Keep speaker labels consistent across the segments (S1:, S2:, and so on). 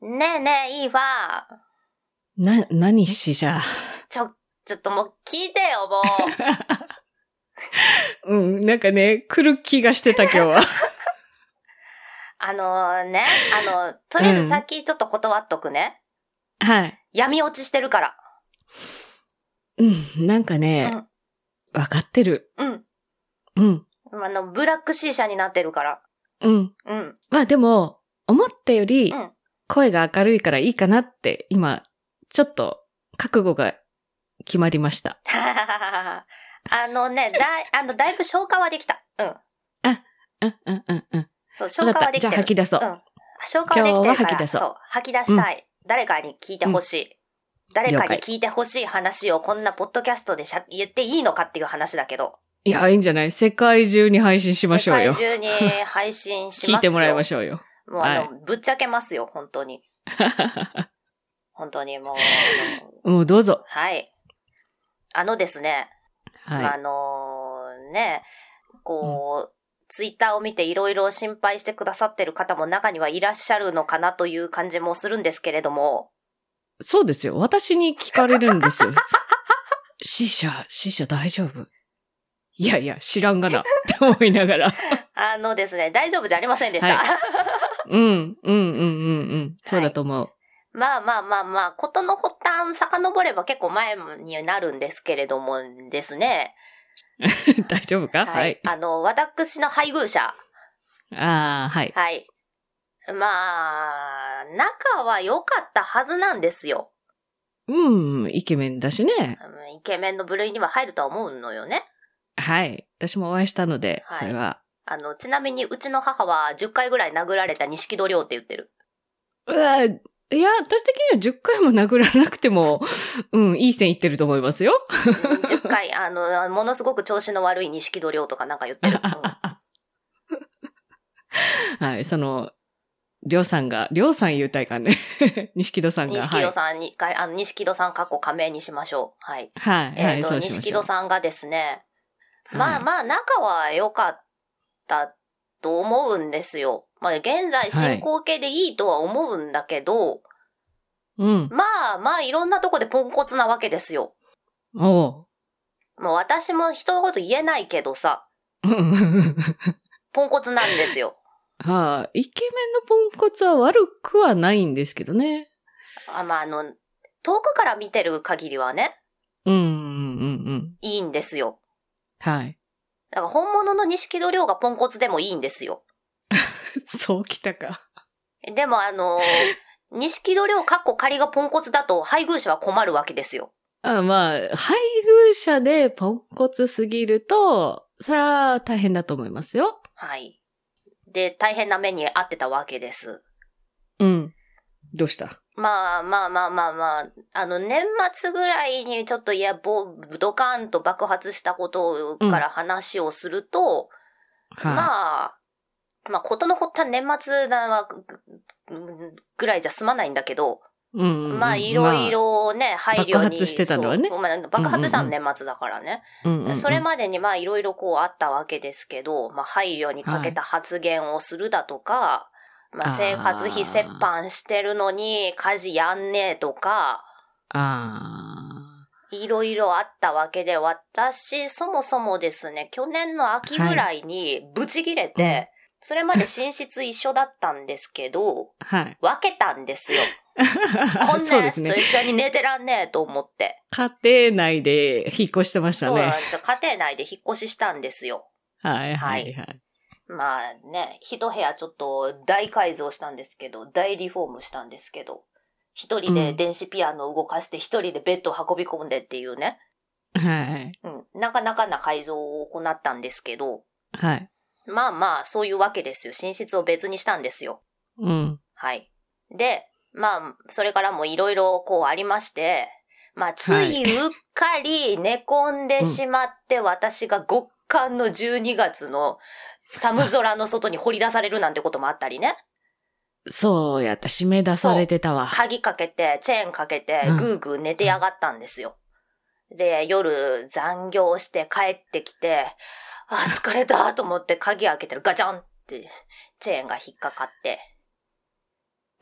S1: ねえ、いいわ。
S2: な、何しじゃあ。
S1: ちょ、ちょっともう聞いてよ、 もう。
S2: うん、なんかね、来る気がしてた今日は。
S1: あのね、あの、とりあえず先ちょっと断っとくね。
S2: はい。
S1: 闇落ちしてるから。
S2: うん、なんかね、わかってる。
S1: うん。
S2: うん、
S1: あの、ブラック C 社になってるから。
S2: うん。
S1: うん。
S2: まあでも、思ったより
S1: うん、
S2: 声が明るいからいいかなって、今、ちょっと、覚悟が決まりました。
S1: あのね、だい、あの、だいぶ消化はできた。うん。
S2: うん、うん、うん、うん。
S1: そう、消
S2: わ
S1: 化
S2: か
S1: は
S2: っ
S1: できて
S2: た。じゃ
S1: る。
S2: あ吐き出そう。
S1: うん。消化はできてる
S2: 今
S1: か
S2: 日は吐き
S1: ら、
S2: 出そう
S1: そう、吐き出したい。誰かに聞いてほしい。誰かに聞いてほしい話をこんなポッドキャストでしゃ言っていいのかっていう話だけど。
S2: いや、いいんじゃない世界中に配信しましょうよ
S1: 世。界中に配信しますよ。
S2: 聞いてもらいま
S1: ょ
S2: しょうよ。
S1: う。もうあの、
S2: は
S1: ぶっちゃけますよ、本当に。 本当にもう、あの
S2: もうどうぞ。
S1: はい。あのですね、あ
S2: は
S1: のーね、こう、ツイッターを見ていろいろ心配してくださってる方も中にはいらっしゃるのかなという感じもするんですけれども、
S2: い。そうですよ。私に聞かれるんですよ。 死者、死者大丈夫いやいや、知らんがな。って思いながら。
S1: あのですね、大丈夫じゃありませんでした。
S2: はうん、うん、うん、うん、うん。そうだと思う。
S1: まあまあまあまあ、ことの発端遡れば結構前になるんですけれどもですね。
S2: 大丈夫かはい。
S1: あの、私の配偶者。
S2: ああ、はい。
S1: はい。まあ、仲は良かったはずなんですよ。
S2: うん、イケメンだしね。
S1: うんイケメンの部類には入るとは思うのよね。
S2: はい。私もお会いしたので、
S1: はい
S2: それは。
S1: あの、ちなみにうちの母は10回ぐらい殴られた錦戸亮って言ってる。
S2: うわいや、私的には10回も殴らなくても、うん、いい線いってると思いますよ。
S1: うん10回、 あの、ものすごく調子の悪い錦戸亮とかなんか言 ってる。うん
S2: はい、その、りょうさんが、りょうさん言うたいかんね。 錦戸さんが。
S1: 錦戸さんに、かあの、錦戸さんかっこ仮名にしましょう。はい。
S2: はい。はい、
S1: えっ、
S2: そ
S1: と、
S2: うしま
S1: 錦
S2: しょ
S1: 戸
S2: う
S1: さんがですね、ま
S2: は
S1: あ
S2: い
S1: まあ仲は良かったと思うんですよ。まあ現在進行形でいいとは思うんだけど、
S2: うん。
S1: まあまあいろんなとこでポンコツなわけですよ。
S2: お
S1: もう私も人のこと言えないけどさ、
S2: う。うん
S1: ポンコツなんですよ。
S2: はい、イケメンのポンコツは悪くはないんですけどね。
S1: あまああの、遠くから見てる限りはね、
S2: うん、うん、うん、うん。
S1: いいんですよ。
S2: はい。
S1: だから本物の錦戸亮がポンコツでもいいんですよ。
S2: そうきたか。
S1: でもあの、錦戸亮かっこ仮がポンコツだと配偶者は困るわけですよ。
S2: あまあ、配偶者でポンコツすぎると、それは大変だと思いますよ。
S1: はい。で、大変な目に遭ってたわけです。
S2: うん。どうした
S1: まあまあまあまあまあ、あの、年末ぐらいにちょっと、いや、ぼ、ドカーンと爆発したことから話をすると、
S2: はい、
S1: まあ、まあ、ことの発端年末だは、ぐぐぐらいじゃ済まないんだけど、
S2: うんうんうん
S1: まあ、いろいろね、配慮に。
S2: 爆発してたのはね
S1: そうまあ爆発したの
S2: うんう
S1: 年末だからね。
S2: うんうんうん
S1: それまでにまあ、いろいろこうあったわけですけど、まあ、配慮にかけた発言をするだとか、まあ、
S2: あー
S1: 生活費折半してるのに家事やんねえとか、
S2: あ
S1: いろいろあったわけで、私、そもそもですね、去年の秋ぐらいにブチ切れて、
S2: うん
S1: それまで寝室一緒だったんですけど、
S2: あ。はい。
S1: 分けたんです よ。こんな
S2: そうで
S1: や
S2: す
S1: つと
S2: ね。
S1: 一緒に寝てらんねえと思って。
S2: 家庭内で引っ越してました
S1: そうな
S2: ね。
S1: んですよ。家庭内で引っ越ししたんですよ。
S2: はいはいはい。
S1: まあね、一部屋ちょっと大改造したんですけど、大リフォームしたんですけど、一人で電子ピアノを動かして、一人でベッドを運び込んでっていうね、
S2: はい。
S1: うん、なかなかな改造を行ったんですけど、
S2: はい。
S1: まあまあ、そういうわけですよ。寝室を別にしたんですよ。
S2: うん。
S1: はい。で、まあ、それからもいろいろこうありまして、まあ、ついうっかり寝込んでしまって、私が極寒の12月の寒空の外に掘り出されるなんてこともあったりね。
S2: そうやった。締め出されてたわ。
S1: 鍵かけて、チェーンかけて
S2: う、ん
S1: ぐーぐー寝てやがったんですよ。で、夜残業して帰ってきて、あー、疲れたと思って鍵開けたらガチャンって、チェーンが引っかかって、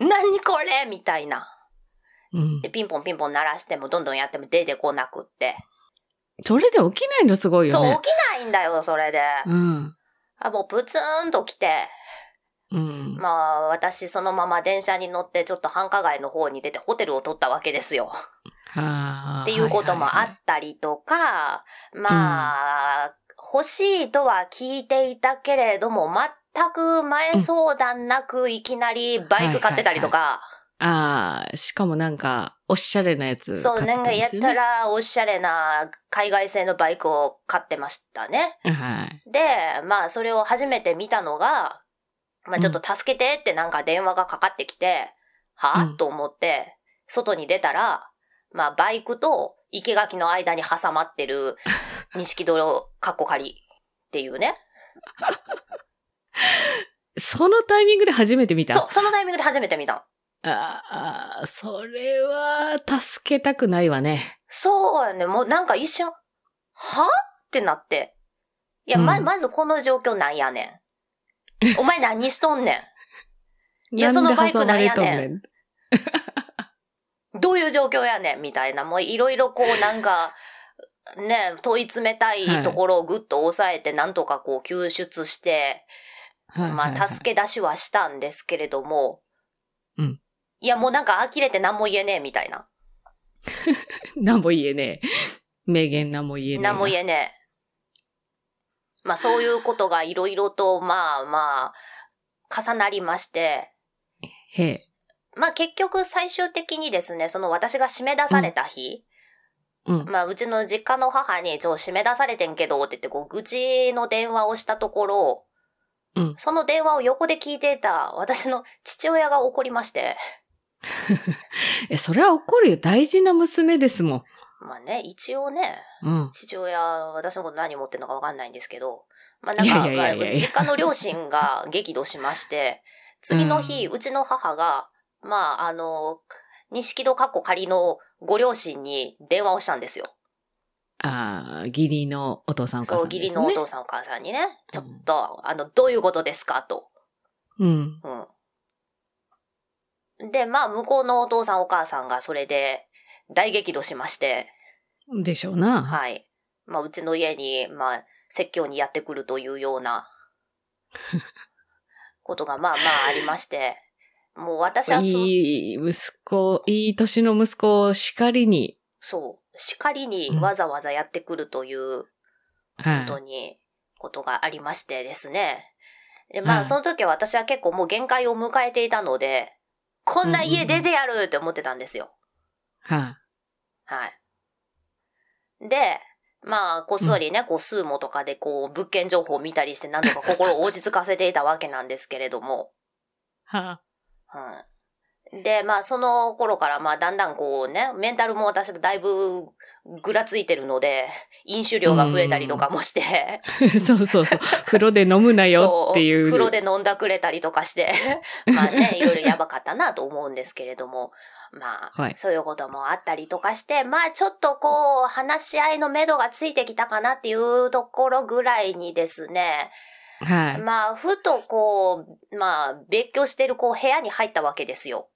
S1: 何これみたいな。
S2: うん
S1: で、。ピンポンピンポン鳴らしても、どんどんやっても出てこなくって。
S2: それで起きないのすごいよ
S1: そう、
S2: ね。
S1: 起きないんだよ、それで。
S2: うん。
S1: あ、もうプツーンと来て、
S2: うん。
S1: まあ、私そのまま電車に乗って、ちょっと繁華街の方に出てホテルを取ったわけですよ。
S2: はあ。
S1: っていうこともあったりとか、まあ、欲しいとは聞いていたけれども、全く前相談なく、いきなりバイク買ってたりとか、
S2: ああ、しかもなんか、おしゃれなやつ買
S1: そ
S2: っ
S1: う、
S2: て
S1: な
S2: た
S1: ん
S2: ん
S1: か
S2: で
S1: やっ
S2: すよね。
S1: たらおしゃれな海外製のバイクを買ってましたね。
S2: はい。
S1: で、まあ、それを初めて見たのが、まあ、ちょっと助けてってなんか電話がかかってきて、は
S2: うん
S1: ぁと思って、外に出たら、まあ、バイクと生垣の間に挟まって る、錦戸かっこ仮っていうね。
S2: そのタイミングで初めて見た。
S1: そう、そのタイミングで初めて見たの。
S2: ああ、それは、助けたくないわね。
S1: そうやね、もうなんか一瞬、はぁってなって。いや、ま、
S2: うん
S1: まずこの状況なんやねん。お前何しとんねいや
S2: なん
S1: そ
S2: で
S1: のバイクなんやねん
S2: 挟まれとんん
S1: ん。 どういう状況やねんみたいな。もういろいろこうなんか、ね、問い詰めたいところをぐっと抑えて、なんとかこう救出して、
S2: はいはいはい
S1: まあ助け出しはしたんですけれども、
S2: うん
S1: いやもうなんか呆れて何も言えねえみたいな。
S2: 何も言えねえ。名言何も言えねえ。
S1: 何も言えねえ。まあそういうことがいろいろと、まあまあ、重なりまして、
S2: へえ。
S1: まあ結局最終的にですね、その私が締め出された日、
S2: うん。
S1: まあうちの実家の母に、ちょ、締め出されてんけど、って言って、こう、愚痴の電話をしたところ、
S2: うん
S1: その電話を横で聞いていた私の父親が怒りまして、
S2: え、それは怒るよ。大事な娘ですも
S1: まあね、一応ね、
S2: ん。うん。
S1: 父親、私のこと何持ってんのかわかんないんですけど、まあなん
S2: い
S1: か、
S2: やいやいやいや
S1: まあ実家の両親が激怒しま して、次の日、うちの母が、まああの、錦戸かっこ仮のご両親に電話をしたんですよ。
S2: ああ、義理のお父さんお母
S1: そ
S2: さ
S1: う、
S2: んです、
S1: 義
S2: ね。
S1: 理のお父さんお母さんにね、ちょっと、あの、どういうことですかと。
S2: うん。
S1: うん。で、まあ、向こうのお父さんお母さんがそれで大激怒しまして、
S2: でしょうな。
S1: はい。まあ、うちの家に、まあ、説教にやってくるというような、ことが、まあまあありまして、もう私はそ、
S2: いい息子、いい年の息子を叱りに、
S1: そう、叱りにわざわざやってくるという、
S2: は
S1: 本当にことがありましてですね。で、ま
S2: うん
S1: あ、その時は私は結構もう限界を迎えていたので、こんな家出てやるって思ってたんですよ。
S2: い。は
S1: はい。で、まあ、こっそりね、こう、スーモとかでこう、物件情報を見たりして、なんとか心を落ち着かせていたわけなんですけれども、
S2: い。は
S1: うん。で、まあ、その頃から、まあ、だんだんこうね、メンタルも私もだいぶ、ぐらついてるので、飲酒量が増えたりとかもして、
S2: い。 そうそ うそう。風呂で飲むなよっていう。
S1: そう風呂で飲んだくれたりとか して、まあね、いろいろやばかったなと思うんですけれども、まあ、
S2: はい
S1: そういうこともあったりとかして、まあちょっとこう、話し合いの目処がついてきたかなっていうところぐらいにですね、
S2: はい。
S1: まあ、ふとこう、まあ、別居してるこう、部屋に入ったわけですよ。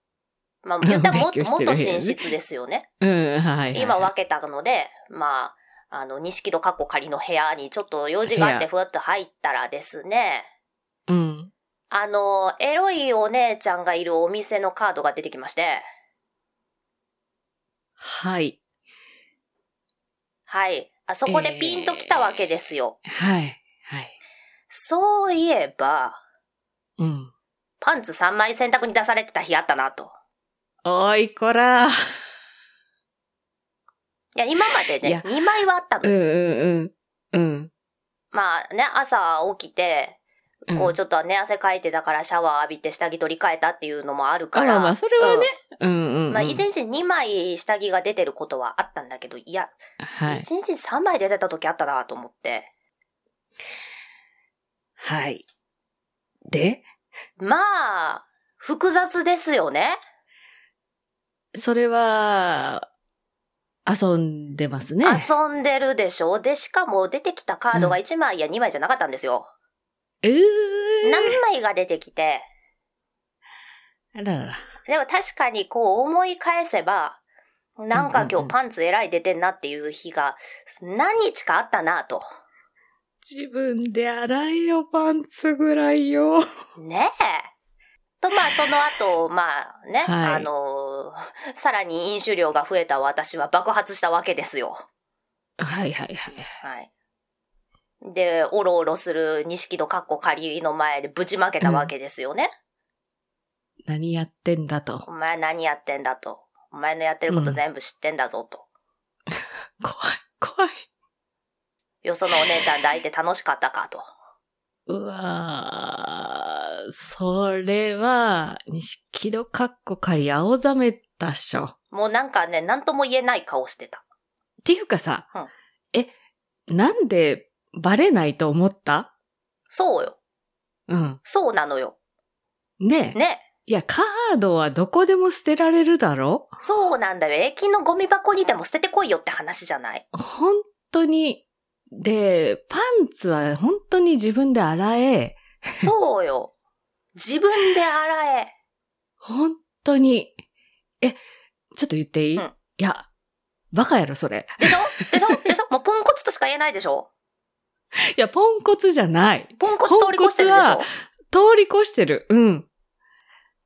S1: まあ、言ったらも
S2: 別居してる部屋
S1: 元
S2: ね
S1: 寝室ですよね。
S2: うん、はい。い
S1: 今分けたので、まあ、あの、錦戸かっこ仮の部屋にちょっと用事があってふわっと入ったらですね、
S2: うん。
S1: あの、エロいお姉ちゃんがいるお店のカードが出てきまして、
S2: はい。
S1: はい。あそこでピンと来たわけですよ。
S2: はい。はい。
S1: そういえば、
S2: うん。
S1: パンツ3枚洗濯に出されてた日あったなと。
S2: おい、こら。
S1: いや、今まで
S2: い
S1: ね
S2: や、
S1: 2枚はあった
S2: うん
S1: の。
S2: うんうん。うん。
S1: まあね、朝起きて、こう
S2: ょっ
S1: ちょっとね、汗かいてたからシャワー浴びて下着取り替えたっていうのもあるから。
S2: まあまあ、それはね。うんうん、う。
S1: うんん。まあ、1日2枚下着が出てることはあったんだけど、いや、
S2: はい。
S1: 1日3枚出てた時あったなと思って。
S2: はい。で
S1: まあ、複雑ですよね。
S2: それは、遊んでますね。
S1: 遊んでるでしょで、しかも出てきたカードが1枚や2枚じゃなかったんですよ。
S2: うー
S1: 何枚が出てきて、
S2: あららら。
S1: でも確かにこう思い返せば、なんか
S2: うんうん
S1: 今
S2: うん
S1: 日パンツえらい出てんなっていう日が何日かあったなと。
S2: 自分で洗えよ、パンツぐらいよ。
S1: ねえ。と、まあ、その後、まあね、
S2: はい
S1: あのーさらに飲酒量が増えた私は爆発したわけですよ。
S2: はいはいはい。
S1: はい。で、おろおろする錦戸かっこ仮の前でぶちまけたわけですよね。
S2: 何やってんだと。
S1: お前何やってんだと。お前のやってること全部知ってんだぞと。
S2: 怖い、怖い。
S1: よそのお姉ちゃん抱いて楽しかったかと。
S2: うわー、それは、錦戸かっこかり青ざめたっしょ。
S1: もうなんかね、なんとも言えない顔してた。
S2: っていうかさ、
S1: うん
S2: え、なんでバレないと思った
S1: そうよ。
S2: うん。
S1: そうなのよ。
S2: ねえ。
S1: ね。
S2: いや、カードはどこでも捨てられるだろ
S1: そうなんだよ。駅のゴミ箱にでも捨ててこいよって話じゃない。
S2: 本当に。で、パンツは本当に自分で洗え。
S1: そうよ。自分で洗え。
S2: 本当に。え、ちょっと言っていい、
S1: うん
S2: いや、バカやろ、それ。
S1: でしょでしょでしょもうポンコツとしか言えないでしょ
S2: いや、ポンコツじゃない。
S1: ポンコツ通り越してるでし
S2: ポン
S1: ょ
S2: コ通り越してる。うん。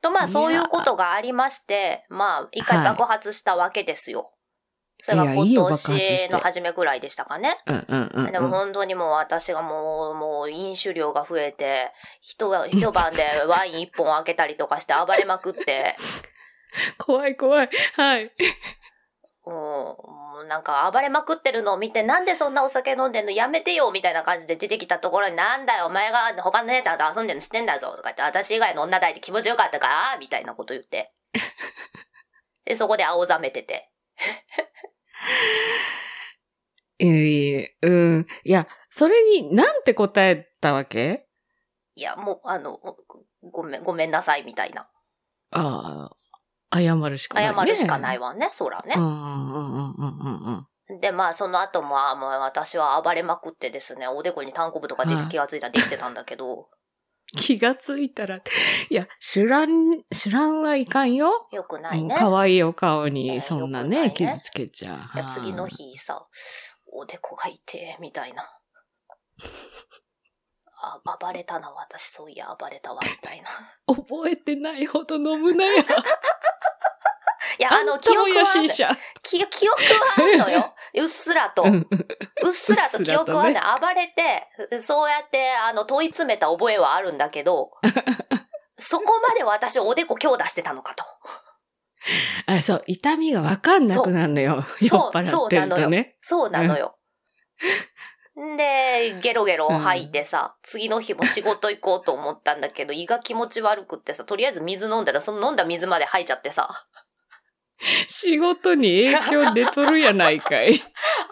S1: と、まあ
S2: いや
S1: そういうことがありまして、まあ一回爆発したわけですよ。それが
S2: いや
S1: 今
S2: いいよ爆発し
S1: 年
S2: て
S1: の初めくらいでしたかね。
S2: うんうんうん、うん。
S1: でも本当にもう私がもう、もう飲酒量が増えて、一晩一晩でワイン一本開けたりとかして暴れまくって、
S2: 怖い怖い。はい。
S1: うんもうなんか暴れまくってるのを見て、なんでそんなお酒飲んでんのやめてよみたいな感じで出てきたところに、なんだよ、お前が他の姉ちゃんと遊んでるの知ってんだぞとか言って、私以外の女抱いて気持ちよかったかみたいなこと言って。で、そこで青ざめてて。
S2: ええうん。いや、それに、なんて答えたわけ
S1: いや、もう、あの、ごめん、ごめんなさい、みたいな。
S2: ああ、謝るしかない、
S1: 謝るしかない
S2: わ
S1: わね、そらね。
S2: うんうんうんうんうんうん。
S1: で、まあ、その後も、あもう私は暴れまくってですね、おでこに単行部とか出て気がついたらできてたんだけど、
S2: 気がついたら、いや、手乱、手乱はいかんよ。
S1: よくない
S2: も
S1: ね
S2: う。可愛いお顔
S1: ええ
S2: に、そんな
S1: よ
S2: ね、
S1: くないね
S2: 傷つけちゃ。
S1: いうや次の
S2: はい。
S1: 日さ、おでこが痛え、みたい な。あ、暴れたな、私、そういや、暴れたわ、みた いな。
S2: 覚えてないほど飲むなよ。
S1: いや、 あ
S2: あ
S1: の、
S2: の、
S1: 記
S2: 記
S1: 憶
S2: 憶
S1: は
S2: や
S1: あん
S2: 新
S1: のよ、
S2: 車。
S1: 記記憶はあんの よ。うっすらと。
S2: う
S1: うん
S2: うん
S1: っすらと記憶はあん
S2: うっ
S1: の。暴れて、そうやって、あの、問い詰めた覚えはあるんだけ ど、そこまで私、おでこ強打してたのかと。
S2: あ、そう、痛みがわかんなくなるのよ。酔
S1: そう
S2: っ払ってる
S1: そうな
S2: と
S1: の
S2: ね。
S1: そうなのよ。で、ゲロゲロ吐いてさ、次の日も仕事行こうと思ったんだけど、胃が気持ち悪くってさ、とりあえず水飲んだら、その飲んだ水まで吐いちゃってさ、
S2: 仕事に影響出とるやないかい。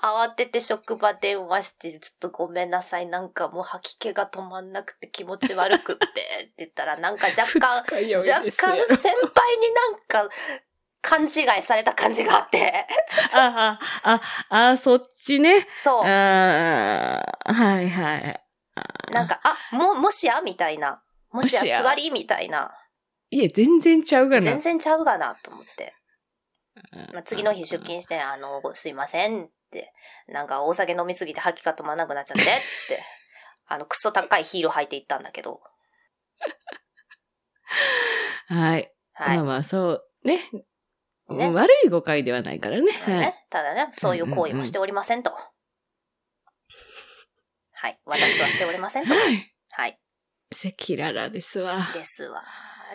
S1: 慌てて職場電話して、ちょっとごめんなさい、なんかもう吐き気が止まんなくて気持ち悪くって、って言 ったら、なんか若干、
S2: 二日酔いですよ
S1: 若干先輩になんか、勘違いされた感じがあって。
S2: ああ、あ、あ、そっちね。
S1: そう。
S2: ああ、はいはい。あ
S1: なんか、あ、も、もしやみたいな。もしや
S2: もしや
S1: つわりみたいな。
S2: いや、全然ちゃうがな。
S1: 全然ちゃうがなと思って、まあ、次の日出
S2: うん。
S1: 勤して「あのごすいません」ってなんかお酒飲みすぎて吐きが止まらなくなっちゃってって あのクソ高いヒール履いていったんだけど
S2: はい。
S1: はい、
S2: まあまあ、そう。ね。
S1: ね
S2: 悪い誤解ではないからね。はい。
S1: ね、ただねそういう行為もしておりませんと、はい私はしておりません と
S2: はい。
S1: はい
S2: セキララですわ。
S1: ですわ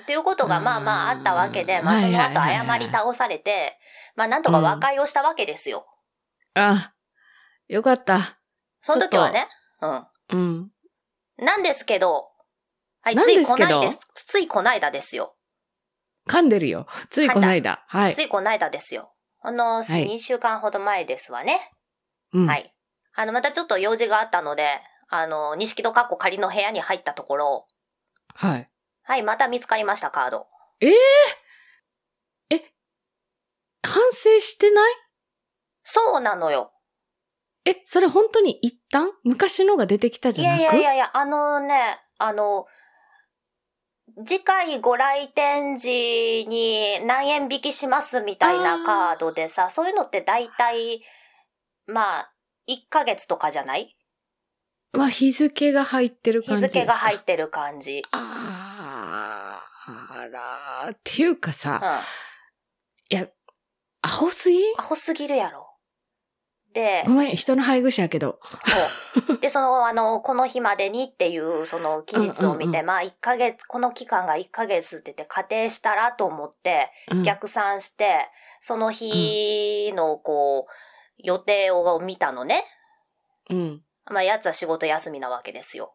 S1: ということがまあまああったわけで、
S2: うん
S1: まあ、その後
S2: はいは
S1: 謝
S2: いはいはい
S1: り倒されて、まあ、なんとか和解をしたわけですよ。
S2: あ、よかった。
S1: その時はね、うん。
S2: うん。
S1: なんですけど、はい、
S2: なん
S1: つい
S2: です
S1: こ
S2: け
S1: な
S2: ど
S1: いです。ついこないだですよ。
S2: 噛んでるよ。ついこないだ。はい
S1: つ。いこないだですよ。あの、
S2: はい
S1: 2週間ほど前ですわね。
S2: うん
S1: は。い。あの、またちょっと用事があったので、あの、錦戸かっこ仮の部屋に入ったところ、
S2: はい。
S1: はい、また見つかりました、カード。
S2: 反省してない
S1: そうなのよ。
S2: え、それ本当に一旦昔のが出てきた
S1: い
S2: じゃ
S1: や
S2: なく
S1: いやいやいや、あのね、あの、次回ご来店時に何円引きしますみたいなカードでさ、そういうのって大体、まあ、1ヶ月とかじゃない
S2: まあ、日付が入ってる
S1: 日
S2: 感じですか。
S1: 付が入ってる感じ。
S2: あーあらー。っていうか
S1: うん。
S2: さ、
S1: ア
S2: アホすぎ
S1: ホすぎるやろ。で
S2: ご、めん、人の配偶者やけど。
S1: そう。で、その、あの、この日までにっていう、その期日を見て、
S2: うんうんう
S1: まあ、1ヶ月、この期間が1ヶ月って言って仮定したらと思って、
S2: うん、
S1: 逆算して、その日の、こう、予定を見たのね。
S2: うん。
S1: まあ、奴は仕事休みなわけですよ。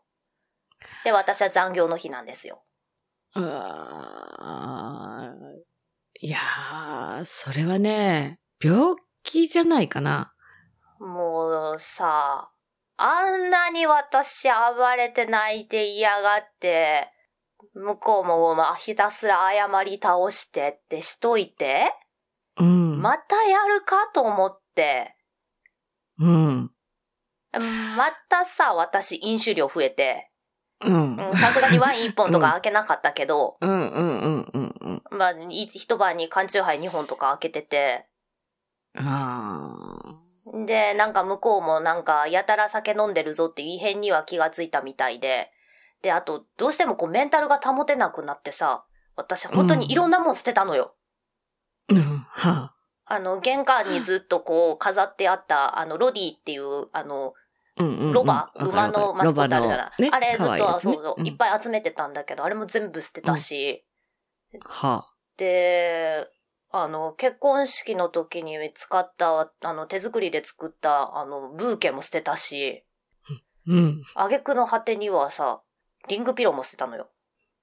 S1: で、私は残業の日なんですよ。
S2: うわーいやー、それはね、病気じゃないかな。
S1: もう、さ、あんなに私暴れて泣いて嫌がって、向こうも、まあ、ひたすら謝り倒してってしといて、
S2: うん。
S1: またやるかと思って、
S2: うん。
S1: またさ、私飲酒量増えて、
S2: うん。
S1: うんさすがにワイン1本とか開けなかったけど、
S2: うんうんうんうんうん。
S1: まあ、い一晩に缶チューハイ2本とか開けてて、
S2: あー
S1: で、なんか向こうもなんか、やたら酒飲んでるぞっていう異変には気がついたみたいで、で、あと、どうしてもこうメンタルが保てなくなってさ、私本当にいろんなもん捨てたのよ。
S2: うん。は
S1: あの、玄関にずっとこう飾ってあった、あの、ロディっていう、あの、
S2: あ。うんうんうん
S1: ロバ、
S2: わかる
S1: 馬
S2: わかる
S1: のマスコットあるじゃ
S2: ロ
S1: な
S2: バ
S1: い。
S2: のね
S1: あれずっ
S2: 可愛い
S1: と、
S2: やつね
S1: そうそう、
S2: ん
S1: いっぱい集めてたんだけど、あれも全部捨てたし、
S2: は
S1: で、あの、結婚式の時に使った、あの、手作りで作った、あの、ブーケも捨てたし、
S2: うん。
S1: 挙句の果てにはさ、リングピローも捨てたのよ。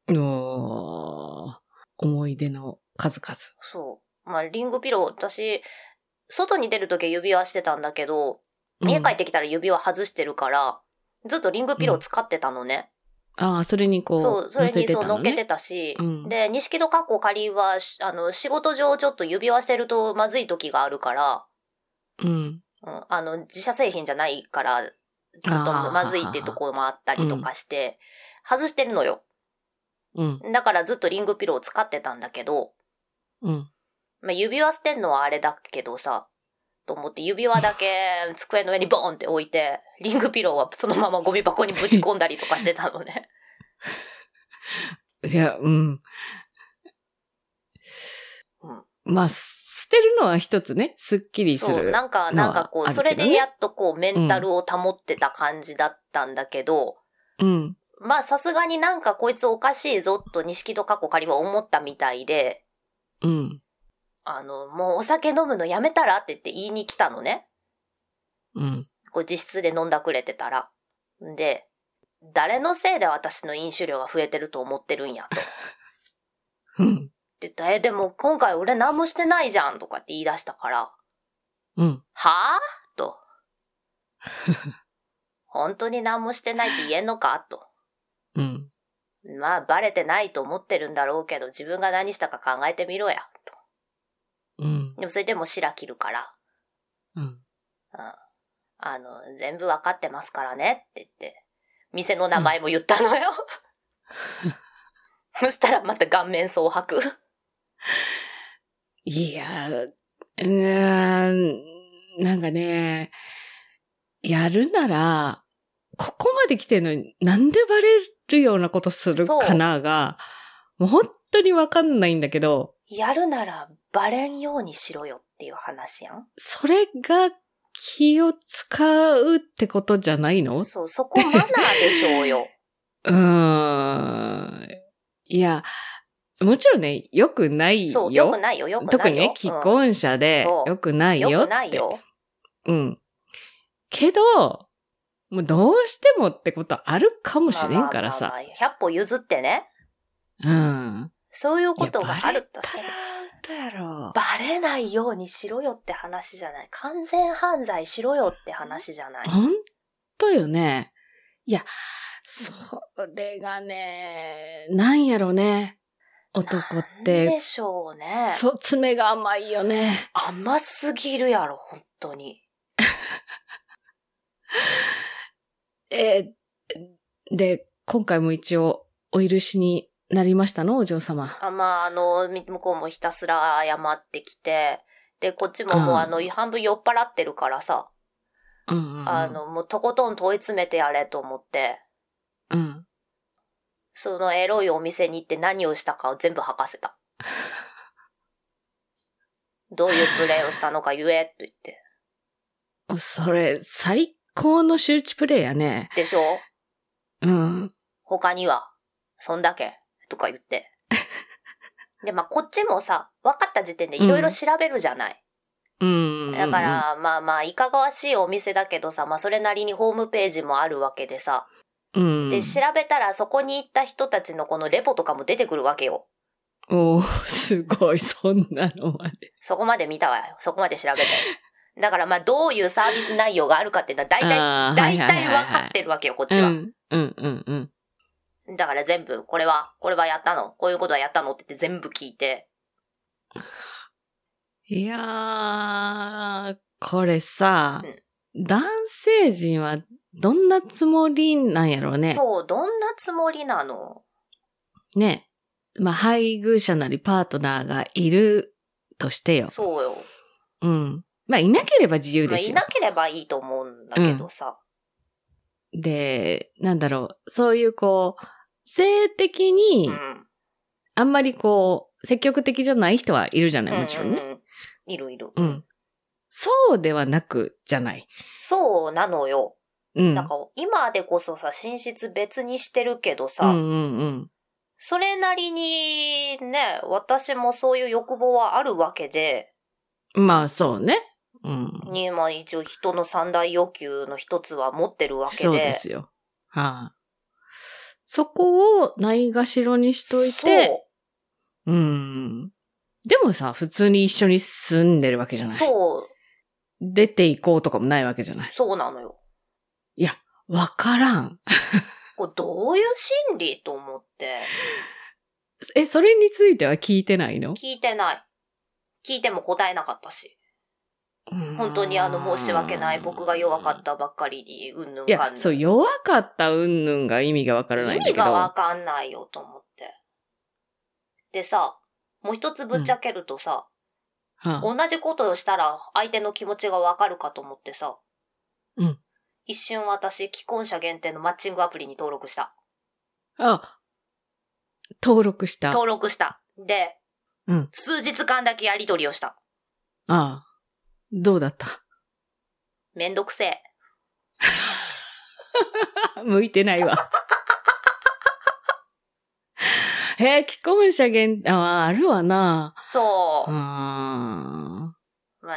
S2: おー思い出の数々。
S1: そう。まあ、リングピロー、私、外に出る時は指輪してたんだけど、家帰
S2: う
S1: っ
S2: ん
S1: てきたら指輪外してるから、ずっとリングピロー使ってたのね。
S2: ああ、それにこう、
S1: そう、それにそう乗っけて
S2: た
S1: たし、
S2: うん
S1: で、錦戸かっこ仮は、しあの、仕事上ちょっと指輪してるとまずい時があるから、
S2: のね。
S1: うん、あの、自社製品じゃないから、ちょっと
S2: あー
S1: まずいっていうところもあったりとかして、外してるのよ。
S2: うん。うん。
S1: だからずっとリングピローを使ってたんだけど、
S2: うん。
S1: まあ、指輪捨てんのはあれだけどさ、と思って指輪だけ 机の上にボーンって置いて、リングピローはそのままゴミ箱にぶち込んだりとかしてたのね。
S2: いや、うん。
S1: うん
S2: まあ、捨てるのは一つね、すっきりす
S1: そう、
S2: る。
S1: なんか、
S2: の
S1: な
S2: は
S1: んかこ
S2: あ
S1: う、
S2: る
S1: それ
S2: けど
S1: で
S2: ね
S1: やっとこう、メンタルを保ってた感じだったんだけど、
S2: うん。
S1: まあさすがになんかこいつおかしいぞと錦戸かっこ仮は思ったみたいで、
S2: うん。
S1: あの、もうお酒飲むのやめたらって言って言いに来たのね。
S2: うん。
S1: こう自室で飲んだくれてたら。んで、誰のせいで私の飲酒量が増えてると思ってるんやと。って
S2: うん。
S1: 言ったら、え、でも今回俺何もしてないじゃんとかって言い出したから、
S2: うん。
S1: はぁと。本当に何もしてないって言えんのかと。
S2: うん。
S1: まあ、バレてないと思ってるんだろうけど、自分が何したか考えてみろや。
S2: うん
S1: と。。でも、それでも白切るから、
S2: うん。
S1: あの、全部わかってますからねって言って、店の名前も言ったのよ。そしたらまた顔面蒼白。
S2: いやー、うーん、なんかね、やるなら、ここまで来てんのに、なんでバレるようなことするかなが、もう本当にわかんないんだけど、
S1: やるならバレんようにしろよっていう話やん。
S2: それが気を使うってことじゃないのう
S1: そう、そこマナーでしょうよ。
S2: ーん。いや、もちろんね、良くないよ。
S1: そう、よくないよ、よくないよ。
S2: 特にね、既
S1: うん
S2: 婚者で
S1: そう
S2: 良くないよって。
S1: よくないよ。
S2: うん。けど、もうどうしてもってことあるかもしれんから
S1: ま
S2: さ。
S1: あまあまあまあ100歩譲ってね、
S2: うん。
S1: そういうこと
S2: いや
S1: があるとしても。
S2: バレたらどうやろう。
S1: バレないようにしろよって話じゃない。完全犯罪しろよって話じゃない。
S2: ほんとよね。いや、それがね、なんやろね。男っ
S1: なん
S2: て
S1: で、しょうね。
S2: そ、爪が甘いよね。
S1: 甘すぎるやろ、本当に。
S2: えーで、今回も一応、お許しになりましたのお嬢様。
S1: あまあ、あの、み向こうもひたすら謝ってきて、で、こっちももう
S2: うん
S1: あの、半分酔っ払ってるからさ、
S2: うんうんうん。
S1: あ、の、もうとことん問い詰めてやれと思って、
S2: うん。
S1: そのエロいお店に行って何をしたかを全部吐かせ た。どういうプレイをしたのか言えと言って。
S2: それ、最高の周知プレイやね。
S1: でしょ
S2: うん。
S1: 他には、そんだけ、とか言って。で、まあ、こっちもさ、分かった時点でいろいろ調べるじゃない。
S2: うん。
S1: だか、ら、まあまあ、いかがわしいお店だけどさ、まあ、それなりにホームページもあるわけでさ。
S2: うん。
S1: で、調べたら、そこに行った人たちのこのレポとかも出てくるわけよ。
S2: おーすごい、そんなのまで。
S1: そこまで見たわよ。そこまで調 べて。だから、まあ、どういうサービス内容があるかっていうのは、大体、
S2: あー
S1: 大
S2: はいはい
S1: 体
S2: はいはい
S1: 分かってるわけよ、こっ
S2: う
S1: ちは。
S2: ん。うん、うん、うん。
S1: だから全部、これは、これはやったの、こういうことはやったのって言って全部聞いて。
S2: いやー、これさ、
S1: うん
S2: 男性陣はどんなつもりなんやろうね。
S1: そう、どんなつもりなの
S2: ね。まあ、配偶者なりパートナーがいるとしてよ。
S1: そうよ。
S2: うん。まあ、いなければ自由
S1: まあ、
S2: です
S1: い
S2: よ。
S1: なければいいと思うんだけどさ。
S2: で、なんだろう、そういうこう、性的
S1: う
S2: に
S1: ん。う、ん
S2: あんまりこう、積極的じゃない人はいるじゃない、もちろ
S1: う
S2: んね。
S1: んいるいる。
S2: うん。そうではなく、じゃない。
S1: そうなのよ。
S2: うん。
S1: なんか、今でこそさ、寝室別にしてるけどさ、
S2: うんうんうん。
S1: それなりに、ね、私もそういう欲望はあるわけで、
S2: まあ、そうね。うん。
S1: に、まあ一応人の三大欲求の一つは持ってるわけで。
S2: そうですよ。はい、そこをないがしろにしといて、うん。でもさ、普通に一緒に住んでるわけじ
S1: そう、
S2: ゃない。
S1: そう、
S2: 出て行こうとかもないわけじゃない。
S1: そうなのよ。
S2: わからん。
S1: これどういう心理と思って、
S2: え、それについては聞いてないの
S1: 聞いてない。聞いても答えなかったし。本当にあの、申し訳ない。僕が弱か
S2: た
S1: ったばっかりに、うんぬん
S2: い
S1: か
S2: や
S1: ん、ぬん。
S2: そう、弱かったうんぬんが意味がわからない
S1: 意
S2: んだけ
S1: 味
S2: ど。
S1: がわかんないよと思って。でさ、もう一つぶっちゃけるとさ、
S2: は
S1: 同じことをしたら相手の気持ちがわかるかと思ってさ、
S2: うん
S1: 一瞬私、既婚者限定のマッチングアプリに登録した。
S2: ああ登録した。あ
S1: 登録した。で、
S2: うん
S1: 数日間だけやり取りをした。
S2: あどうだった
S1: めんどくせえ。
S2: 向いてないわ。 えー、既婚者限、あ、あるわな。
S1: そうう。
S2: ーん。
S1: ま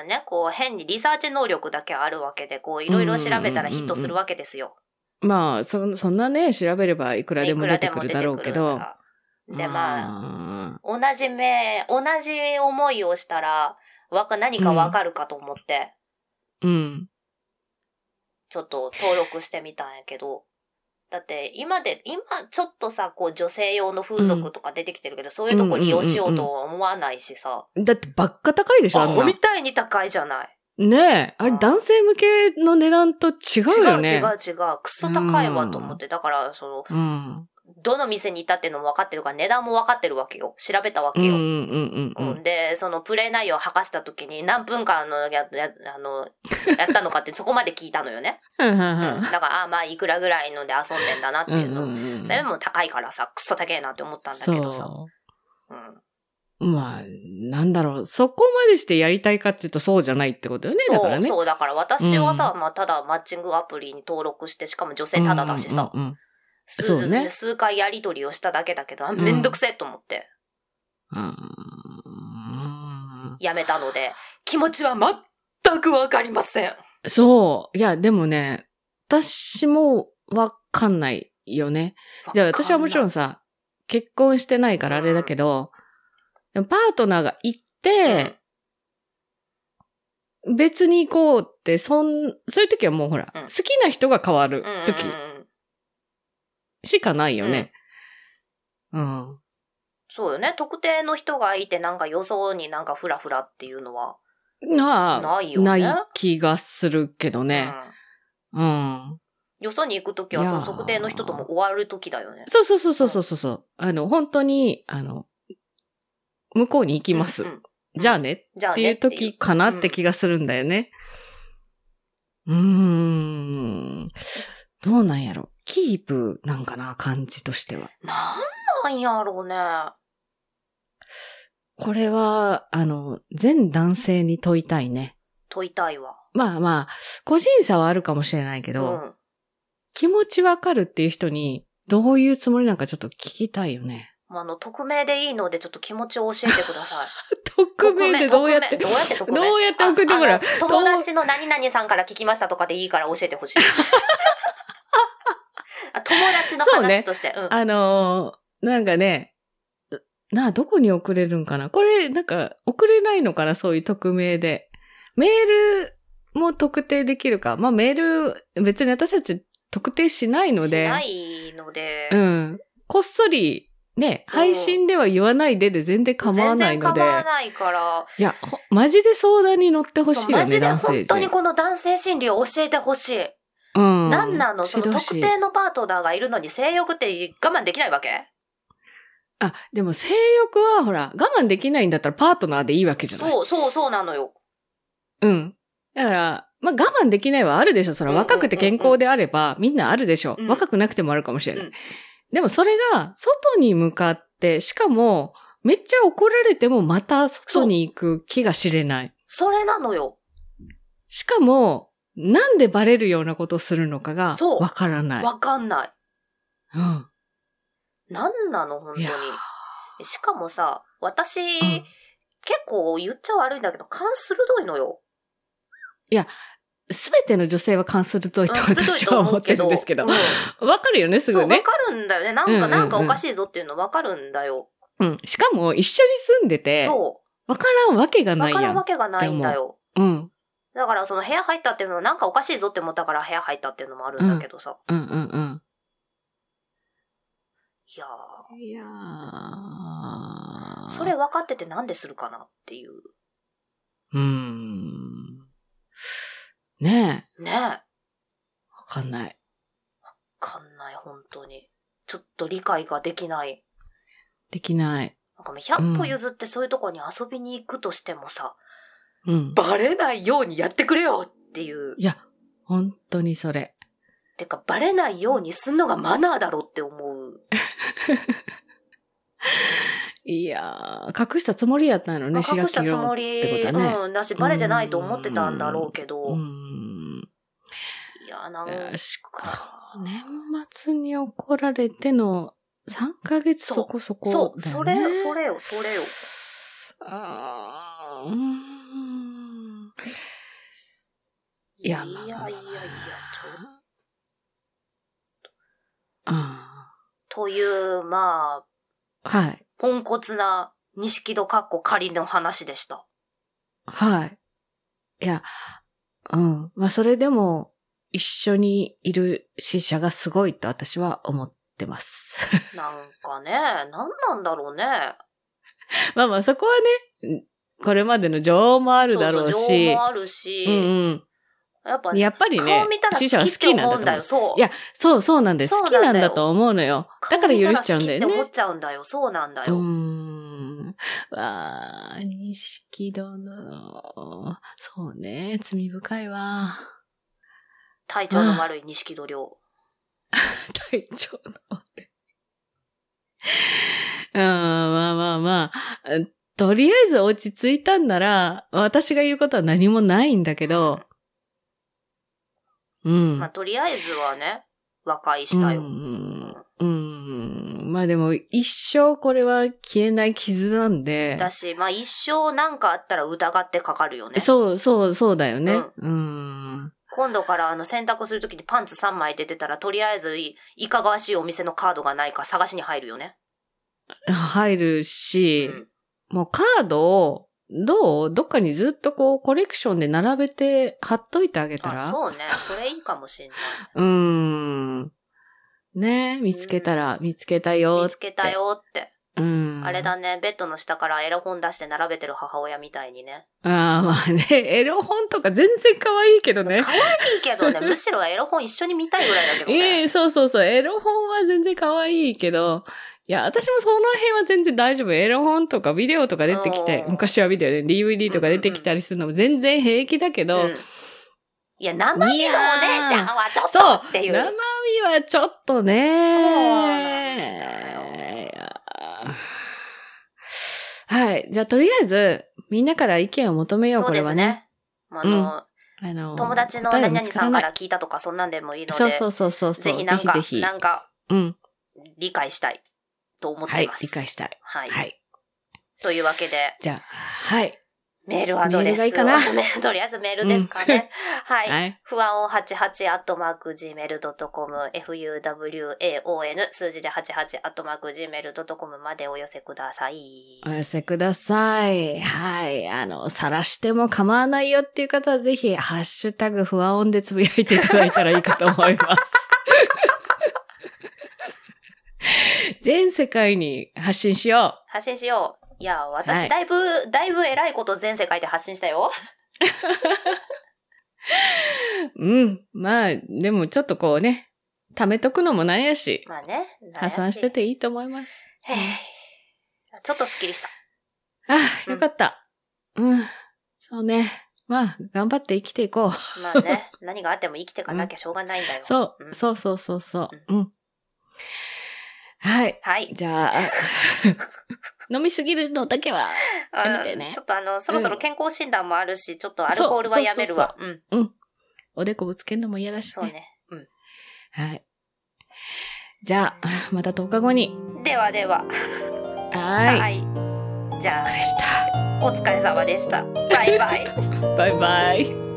S1: あね、こう変にリサーチ能力だけあるわけで、こういろいろ調べたらヒットするわけですよ。
S2: まあ、そ、そんなね、調べればいくらでも出てくるだろうけ
S1: いく
S2: ど。
S1: らでも出てくるからで、まあ、
S2: あ
S1: 同じ目、同じ思いをしたら、わか、何かわかるかと思って、
S2: ー。うん。
S1: ちょっと登録してみたんやけど、だって今で、今ちょっとさ、こう女性用の風俗とか出てきてるけど、そういうとこ利用しようとは思わないしさ、
S2: だって、ばっか高いでしょ、
S1: ア
S2: あん
S1: ホ
S2: な
S1: み。たいに高いじゃない。
S2: ねえ、あれ男性向けの値段と違う
S1: 違う
S2: よね。
S1: 違う違う。クソ高いわと思って、だから、その、
S2: うん。
S1: どの店に行ったっていうのも分かってるから、値段も分かってるわけよ。調べたわ
S2: うん
S1: け
S2: う
S1: よ。
S2: んうんう。
S1: うんんで、そのプレイ内容を吐かした時に何分間あのややあのやったのかってそこまで聞いたのよね。うんだから、あまあ、いくらぐらいので遊んでんだなっていうの。
S2: うん
S1: それも高いからさ、クソ高えなって思ったんだけどさ。
S2: そ
S1: うん
S2: う。まあ、なんだろう。そこまでしてやりたいかっていうとそうじゃないってことよね。だか
S1: そ
S2: ら
S1: う、
S2: ね。
S1: そう、だから私はさ、まあ、ただマッチングアプリに登録して、しかも女性ただだしさ、
S2: うんうんうんそう
S1: 数
S2: ね
S1: 数回やり取りをしただけだけど、あ
S2: ん
S1: めんどくせえと思って、
S2: うん
S1: やめたので、気持ちは全くわかりません。
S2: そう。いや、でもね、私もわかんないよね。じゃあ私はもちろん
S1: さ、
S2: さ、結婚してないからあれだけど、でもパートナーがいて、別に行こうって、そん、そういう時はもうほら、
S1: うん
S2: 好きな人が変わる
S1: うんうんうん
S2: 時しかないよね。うん。
S1: そうよね。特定の人がいて、なんか予想になんかフラフラっていうのは。
S2: なあ、
S1: ないよね
S2: ない気がするけどね。
S1: うん
S2: うん。
S1: よそに行くときはいそ
S2: やー
S1: の特定の人とも終わるときだよね。
S2: そうそうそうそうそうそうそう。あの、本当に、あの、向こうに行きます。
S1: うんうん
S2: じゃあねっ
S1: じゃあ
S2: てい
S1: ね
S2: う時かなって気がするんだよね。うーん。どうなんやろ。キープなんかな、感じとしては。
S1: なんなんやろうね。
S2: これは、あの、全男性に問いたいね。
S1: 問いたいわ。
S2: まあまあ、個人差はあるかもしれないけ
S1: う
S2: ど、
S1: ん。
S2: 気持ちわかるっていう人に、どういうつもりなんかちょっと聞きたいよね。
S1: あの、匿名でいいので、ちょっと気持ちを教えてください。
S2: 匿名でどうやって、
S1: 匿名どうやって匿名
S2: どうやって送ってもら
S1: あ
S2: う
S1: あの友達の何々さんから聞きましたとかでいいから教えてほしい。あ友達の
S2: そうね
S1: 話として。うん。
S2: あのーなんかね、なあ、どこに送れるんかなこれ、なんか、送れないのかなそういう匿名で。メールも特定できるか。まあ、メール、別に私たち特定しないので。
S1: しないので。
S2: うん。こっそり、ね、
S1: うん
S2: 配信では言わないでで全然構わないの
S1: 全然
S2: で。
S1: 構わないから。
S2: いや、ほマジで相談に乗ってほし
S1: そう
S2: いよ
S1: マ
S2: ね、
S1: ジで
S2: 男性
S1: 本当に
S2: 陣。
S1: この男性心理を教えてほしい。
S2: うん。
S1: 何なのその
S2: 指導
S1: 特
S2: 士
S1: 定のパートナーがいるのに性欲って我慢できないわけ
S2: あ、でも性欲はほら、我慢できないんだったらパートナーでいいわけじゃない
S1: そうそうそうなのよ。
S2: うん。だから、まあ我慢できないはあるでしょ。それ
S1: うんうんうんうん
S2: 若くて健康であれば、みんなあるでしょ
S1: う。ん
S2: 若くなくてもあるかもしれない。
S1: うん
S2: でもそれが、外に向かって、しかも、めっちゃ怒られてもまた外に行く気が知れない。
S1: それなのよ。
S2: しかも、なんでバレるようなことをするのかが、
S1: そう
S2: わからない。
S1: わかんない。
S2: うん。
S1: 何なの本当
S2: い
S1: に
S2: や。
S1: しかもさ、私、
S2: ん
S1: 結構言っちゃ悪いんだけど、感鋭いのよ。
S2: すべての女性は感鋭いと私は思ってる んですけど。
S1: うん
S2: わ、かるよね、す
S1: そ
S2: ぐ
S1: う、わ
S2: ね。
S1: かるんだよね。なん
S2: うんうんう
S1: か、
S2: ん
S1: なんかおかしいぞっていうのわかるんだよ。
S2: うん。しかも、一緒に住んでて、
S1: そ
S2: わからんわけが
S1: う。
S2: な
S1: わ
S2: い
S1: から
S2: や
S1: んわ
S2: ん。
S1: けがないんだよ。
S2: うん。
S1: だから、その部屋入ったっていうのは、なんかおかしいぞって思ったから部屋入ったっていうのもあるんだけどさ。
S2: うんうんうん。
S1: いや
S2: いや
S1: ー、それ、分かっててなんでするかなっていう。
S2: うーん。ねえ、
S1: ねえ。わ
S2: わかんない。
S1: かんない、本当に。ちょっと理解ができない。
S2: できない。
S1: なんかもう100歩譲ってそういうとこに遊びに行くとしてもさ、
S2: うん。
S1: バレないようにやってくれよっていう。
S2: いや、本当にそれ。
S1: てか、バレないようにすんのがマナーだろって思う。
S2: いやー、隠したつもりやったのね、
S1: 隠
S2: しが
S1: した
S2: き
S1: つ
S2: を
S1: も
S2: う
S1: り、
S2: ってことだね
S1: うん、だし、バレてないと思ってたんだろうけど、
S2: ーん。
S1: いや、なん
S2: えー
S1: か、
S2: しかも、年末に怒られての3ヶ月
S1: そう
S2: そこそこだよ
S1: そ
S2: ね。
S1: う、それ、それよ、それよ。
S2: あーうーん。いや、
S1: いやいや
S2: まあまあまあ
S1: いや、ちょっ
S2: あ
S1: という、まあ、
S2: あ。はい。
S1: ポンコツな、錦戸かっこ仮の話でした。
S2: はい。いや、うん。まあ、それでも、一緒にいる死者がすごいと私は思ってます。
S1: なんかね、なんなんだろうね。
S2: まあまあ、そこはね、んこれまでの情もあ
S1: あ
S2: るだろう
S1: そう情
S2: し
S1: も、あるし、
S2: うん
S1: やっぱ
S2: うん。やっぱりね
S1: 顔見た、ら
S2: 死者は
S1: 好き
S2: 好
S1: って
S2: きなん
S1: 思
S2: だ
S1: う
S2: と
S1: ん
S2: 思
S1: だよ、。そ
S2: う
S1: う。
S2: いや、そうそうなんです。
S1: そうなん
S2: 好き
S1: だよ
S2: なんだと思うのよ。だから許しちゃうんだよ
S1: 顔見たら好きって思
S2: ね
S1: っ。ちゃうんだよ、そうなんだ
S2: うー
S1: よ。
S2: ん。わあ、錦殿。そうね、罪深いわ。
S1: 体調の悪い錦戸亮。
S2: 体調の悪い。うん、まあまあまあ。とりあえず落ち着いたんなら、私が言うことは何もないんだけど、うん。
S1: まあ、とりあえずはね、和解したよ。
S2: う
S1: うん
S2: ん。うん。まあでも、一生これは消えない傷なんで。
S1: だし、まあ、一生なんかあったら疑ってかかるよね。
S2: そう、そう、そうだよね。うん。
S1: 今度からあの洗濯するときにパンツ3枚出てたら、とりあえずいいかがわしいお店のカードがないか探しに入るよね。
S2: 入る
S1: う
S2: し、
S1: ん。
S2: もうカードを、どうどっかにずっとこう、コレクションで並べて貼っといてあげた
S1: あ、
S2: ら。
S1: そうね。それいいかもしんない。
S2: う ーん。ね見つけたら、見つけたよ
S1: 見つ。けたよって。
S2: うん。
S1: あれ。だね、ベッドの下からエロ本出して並べてる母親みたいにね。
S2: ああ、まあね。 エロ本とか全然可愛いけどね。
S1: 可愛いけどね、むしろエロ本一緒に見たいぐらいだけど
S2: ええ
S1: ね。
S2: そうそうそう。エロ本は全然可愛いけど、いや、私もその辺は全然大丈夫。エロ本とかビデオとか出てきて、
S1: うん
S2: 昔はビデオで DVD とか出てきたりするのも全然平気だけど、
S1: うんいや、生身のお姉ちゃんはちょっ
S2: そう
S1: とっていう。
S2: 生身はちょっと
S1: そうなんだよ
S2: ね。はい。じゃあ、とりあえず、みんなから意見を求めよう、
S1: そう
S2: これ
S1: です
S2: はね。
S1: ね。あの、
S2: あの
S1: 友達の
S2: 答えは
S1: 何
S2: 見
S1: 々
S2: つら
S1: さん
S2: な
S1: か
S2: い
S1: ら聞いたとか、そんなんでもいいので、
S2: そうそうそうそうそ
S1: ぜ
S2: う。
S1: ひなんか
S2: ぜひぜひ
S1: なんか
S2: うん。
S1: 理解したいと思っ
S2: は
S1: てい
S2: い
S1: ま。す。
S2: 理解したい。
S1: はい。
S2: はい。
S1: というわけで、
S2: じゃあ、はい。
S1: メールアドレスを。
S2: メールがいいか
S1: とりあえずメールですかね。はい。
S2: はい。
S1: 不安を88アットマーク gmail.com fuwaon 数字で88アットマーク gmail.com までお寄せください
S2: お。寄せください。はい。あの、晒しても構わないよっていう方は、ぜひ、ハッシュタグ不安音でつぶやいていただいたらいいかと思います。全世界に発信しよ
S1: 発信しよう。いや、
S2: は
S1: 私
S2: い
S1: だいぶ、だいぶ偉いこと全世界で発信したよ。
S2: う。うん。まあ、でもちょっとこうね、貯めとくのもなんやし、
S1: まあね。
S2: 破産してていいと思います。
S1: へい。ちょっとスッキリした。
S2: あ
S1: う
S2: あ、
S1: ん
S2: よかった。うん。そうね。まあ、頑張って生きていこう。
S1: まあ ね、何があっても生きてかなきゃしょうがないんだよ。
S2: そうう、
S1: ん
S2: そうそうそうそう。うん。はい。
S1: はい。
S2: じゃあ、 飲みすぎるのだけは、やめてね
S1: あーちょっとあの、そろそろ健康診断もあるし、ちょっとアルコールはやめるわ。うん。
S2: おでこぶつけるのも嫌だし
S1: そう
S2: ね。
S1: ね。う
S2: はい。じゃあ、また10日後に。
S1: ん。ではでは。
S2: はーい。
S1: い。じゃ
S2: お疲れした。
S1: あ、お疲れ様でした。バイバイ。
S2: バイバイ。